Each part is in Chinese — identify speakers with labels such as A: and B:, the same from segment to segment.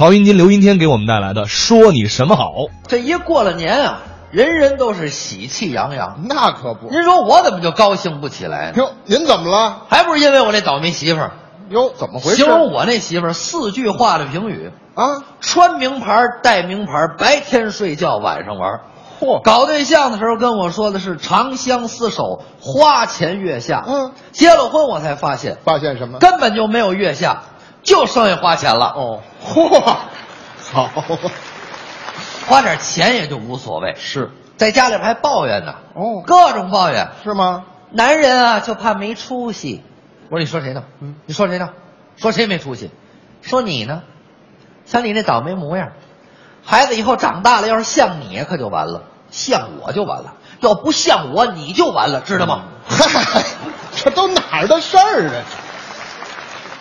A: 曹云金、刘云天给我们带来的《说你什么好》。
B: 这一过了年啊，人人都是喜气洋洋。
C: 那可不。
B: 您说我怎么就高兴不起来呢？
C: 哟，您怎么了？
B: 还不是因为我那倒霉媳妇儿？
C: 哟，怎么回事？
B: 形容我那媳妇儿四句话的评语：
C: 啊，
B: 穿名牌，戴名牌，白天睡觉，晚上玩。
C: 嚯
B: 搞对象的时候跟我说的是长相厮守，花前月下。
C: 嗯，
B: 结了婚我才发现，
C: 发现什么？
B: 根本就没有月下，就剩下花钱了。
C: 哦，嚯，好啊
B: 花点钱也就无所谓。
C: 是
B: 在家里边还抱怨呢，
C: 哦，
B: 各种抱怨。
C: 是吗？
B: 男人啊，就怕没出息。我说你说谁呢？
C: 嗯
B: 你说谁呢？说谁没出息？说你呢？像你那倒霉模样，孩子以后长大了要是像你可就完了，像我就完了，要不像我你就完了，知道吗？
C: 嗨，这都哪儿的事儿啊？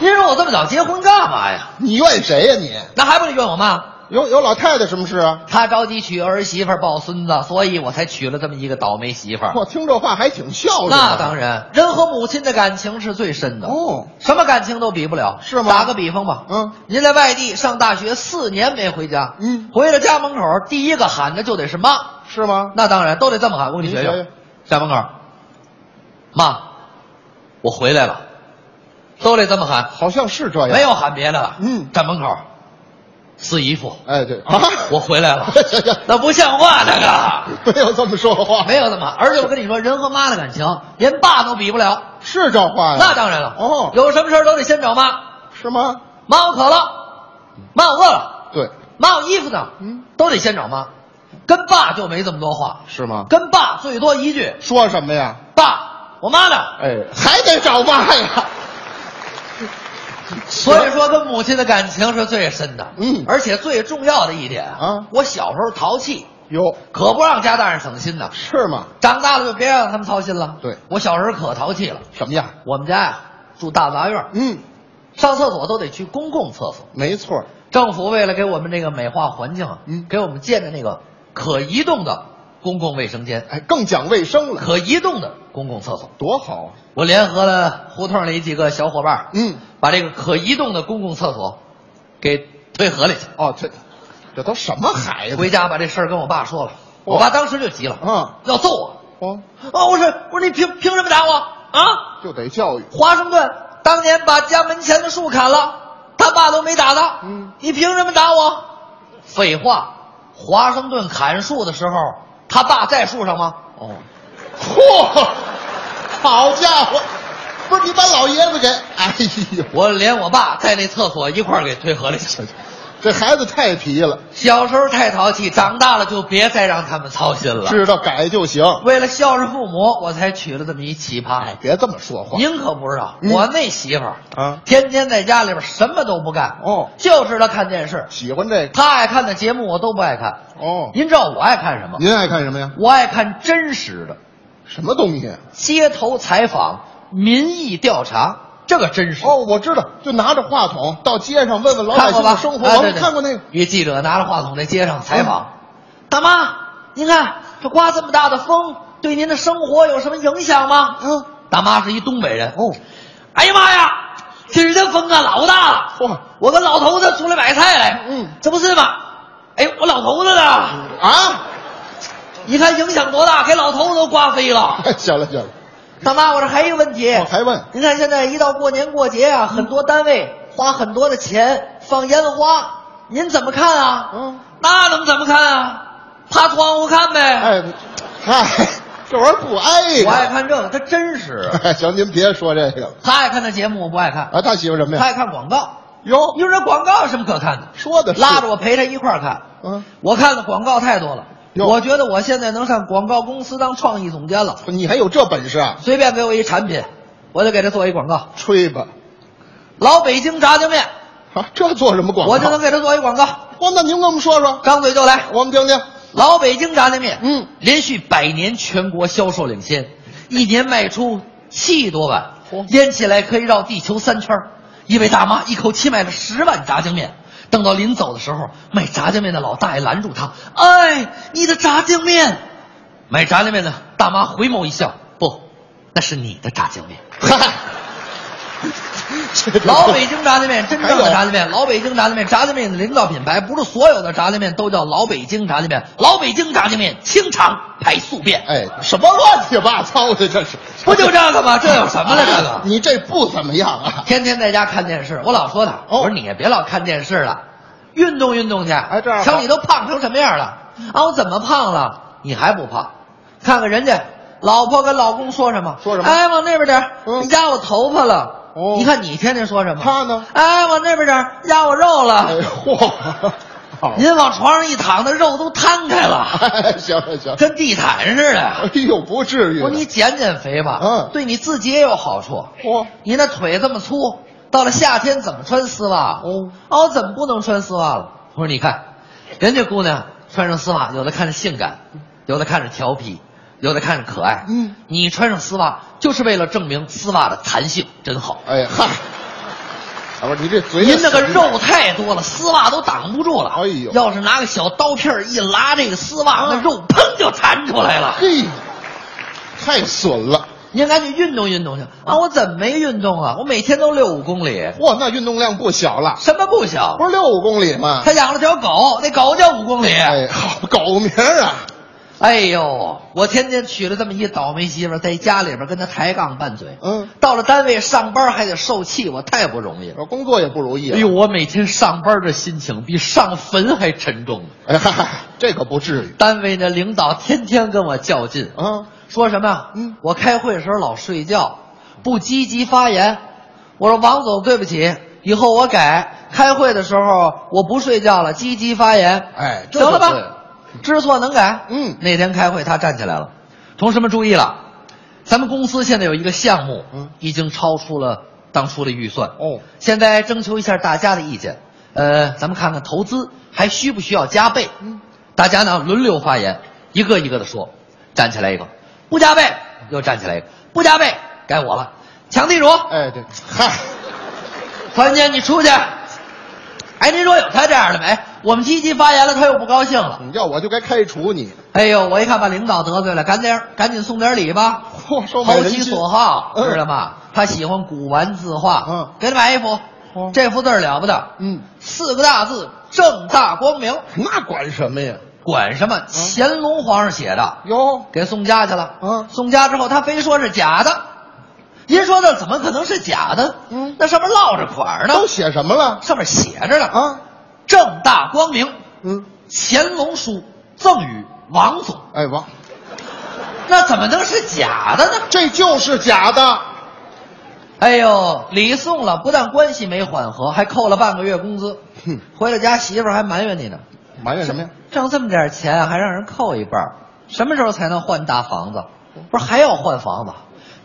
B: 您说我这么早结婚干嘛呀？
C: 你怨谁呀、你？
B: 那还不得怨我妈？
C: 有有老太太什么事啊？
B: 她着急娶儿媳妇儿抱孙子，所以我才娶了这么一个倒霉媳妇儿。
C: 我听这话还挺孝顺的。
B: 那当然，人和母亲的感情是最深的。
C: 哦，
B: 什么感情都比不了，
C: 是吗
B: 打个比方吧，
C: 嗯，
B: 您在外地上大学四年没回家，
C: 嗯
B: 回到家门口第一个喊的就得是妈，
C: 是吗？
B: 那当然都得这么喊。我给你学
C: 您哎学
B: 学
C: 学，
B: 家门口，妈，我回来了，都得这么喊，
C: 好像是这样。
B: 没有。喊别的了。
C: 哎嗯
B: 站门口，四姨夫，
C: 哎，对
B: 啊
C: 啊，，，
B: 我回来了
C: 行行
B: 那不像话，那个。
C: 没有这么说话，
B: 哦没有那么喊，而且我跟你说，人和妈的感情，连爸都比不了。
C: 是这话呀？
B: 那当然了，
C: 哦，
B: 有什么事儿都得先找妈。
C: 是吗？
B: 妈，我渴了，妈，我饿了，
C: 对，
B: 妈，我衣服呢？
C: 嗯，
B: 都得先找妈。跟爸就没这么多话，
C: 是吗？
B: 跟爸最多一句
C: 说什么呀？
B: “爸，我妈呢
C: 哎，还得找爸呀。”。
B: 所以说，跟母亲的感情是最深的。
C: 嗯
B: 而且最重要的一点
C: 啊
B: 我小时候淘气，
C: 哟，
B: 可不让家大人省心呢。
C: 是吗？
B: 长大了就别让他们操心了。
C: 对
B: 我小时候可淘气了。
C: 什么样？
B: 我们家呀、住大杂院，
C: 嗯，
B: 上厕所都得去公共厕所。
C: 没错儿，
B: 政府为了给我们这个美化环境啊，
C: 嗯
B: 给我们建的那个可移动的公共卫生间，
C: 哎，更讲卫生了，
B: 可移动的公共厕所。
C: 多好啊！
B: 我联合了胡同里几个小伙伴，
C: 嗯，
B: 把这个可移动的公共厕所给推河里去。
C: 哦，这这都什么孩子？
B: 回家把这事儿跟我爸说了，
C: 哇
B: 我爸当时就急了，
C: 嗯，
B: 要揍我。
C: 哦，
B: 啊！我说我说你凭凭什么打我啊？
C: 就得教育。
B: 华盛顿当年把家门前的树砍了，他爸都没打他，
C: 嗯
B: 你凭什么打我？废话，华盛顿砍树的时候，他爸在树上吗？
C: 哦，嚯，好家伙，不是你把老爷子给，哎呦，
B: 我连我爸在那厕所一块儿给推河里 去。
C: 这孩子太皮了，
B: 小时候太淘气，长大了就别再让他们操心了。，
C: 知道改就行。
B: 为了孝顺父母，我才娶了这么一奇葩
C: 哎。，别这么说话。
B: 您可不知道，
C: 嗯
B: 我那媳妇儿
C: 啊
B: 天天在家里边什么都不干，
C: 哦
B: 就知道看电视。
C: 喜欢这个
B: 她爱看的节目我都不爱看。
C: 哦？
B: 您知道我爱看什么？
C: 您爱看什么呀？
B: 我爱看真实的
C: 什么东
B: 啊
C: 西？
B: 街头采访、民意调查，这个真实。
C: 哦，我知道，就拿着话筒到街上问问老百
B: 看过
C: 姓
B: 吧？
C: 的生活。
B: 啊
C: 我
B: 对
C: 们
B: 对
C: 看过那个，
B: 一记者拿着话筒在街上采访，大妈，您看这刮这么大的风，对您的生活有什么影响吗？
C: 嗯，
B: 大妈是一东北人。
C: 哦，
B: 哎呀妈呀，今儿这风啊老大了！
C: 嚯
B: 我跟老头子出来买菜来。
C: 嗯
B: 这不是吗？哎，我老头子呢？
C: 啊，
B: 你看影响多大，给老头子都刮飞了。哦
C: 哎行了行了，
B: 大妈，我这还有一个问题。
C: 我还问，
B: 您看，现在一到过年过节
C: 嗯
B: 啊，很多单位花很多的钱放烟花，您怎么看啊？
C: 嗯，
B: 那能怎么看啊？趴窗户看呗。
C: 哎，嗨，这玩意儿不挨
B: 我爱
C: 着。
B: 看这个，他真实。
C: 哎行，您别说这个了。
B: 他爱看的节目我不爱看，
C: 啊，他喜欢什么
B: 他
C: 呀？
B: 爱看广告。
C: 哟，
B: 你说这广告有什么可看的？啊
C: 说的是
B: 拉着我陪他一块儿看。
C: 嗯，
B: 我看的广告太多了，
C: 哟
B: 我觉得我现在能上广告公司当创意总监了。
C: 嗯你还有这本事啊？
B: 随便给我一产品，我就给他做一广告。
C: 吹吧，
B: 老北京炸酱面，
C: 啊，这做什么广告？
B: 我就能给他做一广告，
C: 哦，那您跟我们说说，
B: 张嘴就来。
C: 我们听听。
B: 老北京炸酱面，
C: 嗯，
B: 连续百年全国销售领先，一年卖出七亿多碗
C: 嚯，
B: 腌起来可以绕地球三圈儿。一位大妈一口气买了十碗炸酱面，等到临走的时候，卖炸酱面的老大爷拦住她：“哎，你的炸酱面！”买炸酱面的 大妈回眸一笑：“不，那是你的炸酱面。
C: 嗨，
B: 老北京炸酱面，真正的炸酱面，老北京炸酱面，炸酱面的领导品牌，不是所有的炸酱面都叫老北京炸酱面。老北京炸酱面清肠排宿便，
C: 哎，什么乱七八糟的，这是
B: 不就这个吗？这有什么了？这个
C: 你这不怎么样啊？
B: 天天在家看电视，我老说他，我说你也别老看电视了，运动运动去。
C: 哦哎这样好
B: 瞧你都胖成什么样了？啊，我怎么胖了？你还不胖？看看人家老婆跟老公说什么？
C: 说什么
B: 哎，往那边点儿，
C: 嗯
B: 你压我头发了。
C: 哦
B: 你看你天天说什么？
C: 他呢
B: 哎，往那边点儿，压我肉
C: 哎
B: 了。
C: 嚯，好，
B: 您往床上一躺，那肉都摊开了，
C: 哎行了行了，
B: 跟地毯似的
C: 哎。呦，不至于
B: 我
C: 的，
B: 说你减减肥吧，
C: 嗯
B: 对你自己也有好处。
C: 嚯，
B: 你那腿这么粗，到了夏天怎么穿丝袜？
C: 哦，
B: 哦，怎么不能穿丝袜了？我说你看，人家姑娘穿上丝袜，有的看着性感，有的看着调皮，有的看着可爱。
C: 嗯，
B: 你穿上丝袜就是为了证明丝袜的弹性真好。
C: 哎嗨，啊不是你这 嘴，
B: 您那个肉，啊太多了，丝袜都挡不住了。
C: 哎呦
B: 要是拿个小刀片儿一拉这个丝袜，
C: 啊
B: 那肉砰就弹出来了。
C: 嘿，太损了，
B: 您赶紧运动运动去啊！我怎么没运动啊？我每天都遛五公里，
C: 嚯，那运动量不小了，
B: 什么不小？
C: 不是六五公里吗？
B: 他养了条狗，那狗叫五公里。
C: 哎，好狗名儿啊，
B: 哎呦，我天天娶了这么一倒霉媳妇儿，在家里边跟他抬杠拌嘴，
C: 嗯，
B: 到了单位上班还得受气，我太不容易了。
C: 我工作也不啊如意，
B: 哎呦，，我每天上班这心情比上坟还沉重呢。
C: 哎嗨，这可不至于
B: 单位的领导天天跟我较劲，
C: 啊，
B: 说什么？
C: 嗯，
B: 我开会的时候老睡觉，不积极发言。我说王总，对不起，以后我改。开会的时候我不睡觉了，积极发言。
C: 哎这
B: 行了
C: 就对
B: 吧
C: 了？
B: 知错能改。
C: 嗯
B: 那天开会他站起来了，同志们注意了，咱们公司现在有一个项目，
C: 嗯
B: 已经超出了当初的预算。
C: 哦，
B: 现在征求一下大家的意见，呃，咱们看看投资还需不需要加倍？
C: 嗯，
B: 大家呢轮流发言，一个一个的说，站起来一个，不加倍，又站起来一个，不加倍，该我了，抢地主，
C: 哎对，嗨，
B: 团结你出去。哎，您说有他这样的没？我们积极发言了，他又不高兴了。
C: 你要我就该开除你，
B: 哎呦，我一看把领导得罪了，赶点赶紧送点礼吧。
C: 嚯，收买
B: 投
C: 哎人
B: 其
C: 心
B: 所好，
C: 嗯
B: 知道吗？他喜欢古玩字画，
C: 嗯
B: 给他买一幅
C: 哦，
B: 这幅字儿了不得，
C: 嗯，
B: 四个大字正大光明，
C: 那管什么呀？
B: 管什
C: 嗯
B: 么？乾隆皇上写的，
C: 哟，
B: 给送家去了。
C: 嗯
B: 送家之后他非说是假的，您说那怎么可能是假的？
C: 嗯
B: 那上面落着款儿呢，
C: 都写什么了
B: 上面写着呢，
C: 啊？
B: 正大光明，
C: 嗯，
B: 乾隆书赠与王总，
C: 哎王，
B: 那怎么能是假的呢？
C: 这就是假的，
B: 哎呦，礼送了，不但关系没缓和，还扣了半个月工资。
C: 哼
B: 回了家，媳妇儿还埋怨你呢，
C: 埋怨什么呀？
B: 挣这么点钱还让人扣一半儿，什么时候才能换大房子？不是还要换房子？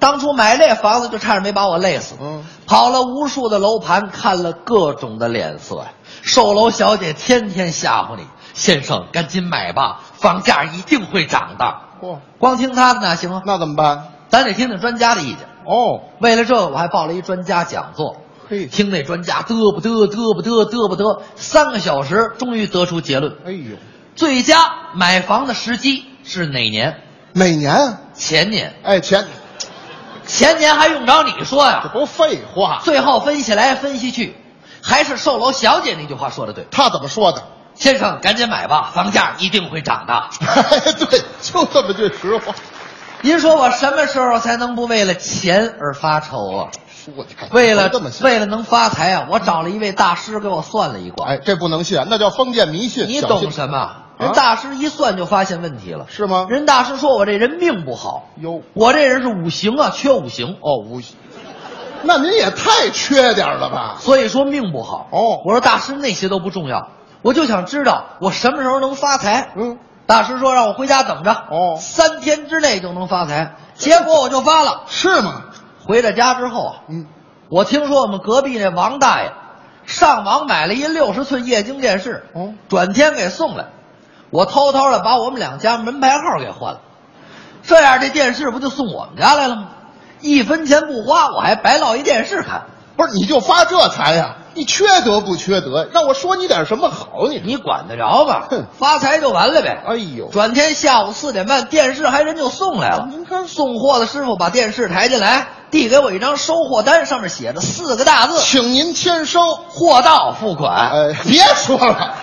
B: 当初买这房子就差点没把我累死。
C: 嗯，
B: 跑了无数的楼盘，看了各种的脸色呀。售楼小姐天天吓唬你，先生赶紧买吧，房价一定会涨的。
C: 嚯，
B: 光听她的哪行啊？
C: 那怎么办？
B: 咱得听听专家的意见。
C: 哦，
B: 为了这个，我还报了一专家讲座。
C: 嘿，
B: 听那专家嘚不嘚嘚不嘚嘚不嘚，三个小时终于得出结论：
C: 哎呦，
B: 最佳买房的时机是哪年？
C: 每年，
B: 前年，
C: 哎钱，
B: 前年还用着你说
C: 这
B: 呀？
C: 不废话，
B: 最后分析来分析去，还是售楼小姐那句话说的对，
C: 他怎么说的？
B: 先生赶紧买吧，房价一定会涨的。
C: 哎，对，就这么句实话，
B: 您说我什么时候才能不为了钱而发愁啊？
C: 说的
B: 为了
C: 这么信，
B: 为了能发财啊，我找了一位大师给我算了一卦。
C: 哎，这不能信，那叫封建迷信，
B: 你
C: 小
B: 懂
C: 信
B: 什么？
C: 啊
B: 人大师一算就发现问题了，
C: 是吗？
B: 人大师说我这人命不好，
C: 哟，
B: 我这人是五行啊，缺五行，
C: 哦，无，那您也太缺点了
B: 啊
C: 吧？
B: 所以说命不好。
C: 啊哦
B: 我说大师那些都不重要，我就想知道我什么时候能发财。
C: 嗯，
B: 大师说让我回家等着，
C: 哦
B: 三天之内就能发财。结果我就发了。
C: 是吗？
B: 回到家之后啊，
C: 嗯，
B: 我听说我们隔壁那王大爷上网买了一六十寸液晶电视，
C: 哦，
B: 转天给送来，我偷偷的把我们两家门牌号给换了，这样这电视不就送我们家来了吗？一分钱不花，我还白落一电视看。
C: 不是，你就发这财呀、你缺德不缺德？让我说你点什么好你？
B: 你管得着吗
C: 哼？
B: 发财就完了呗。
C: 哎呦，
B: 转天下午四点半，电视还人就送来了。
C: 您看
B: 送货的师傅把电视抬进来，递给我一张收货单，上面写着四个大字
C: 请您签收。哎
B: “货到付款”。
C: 哎，别说了。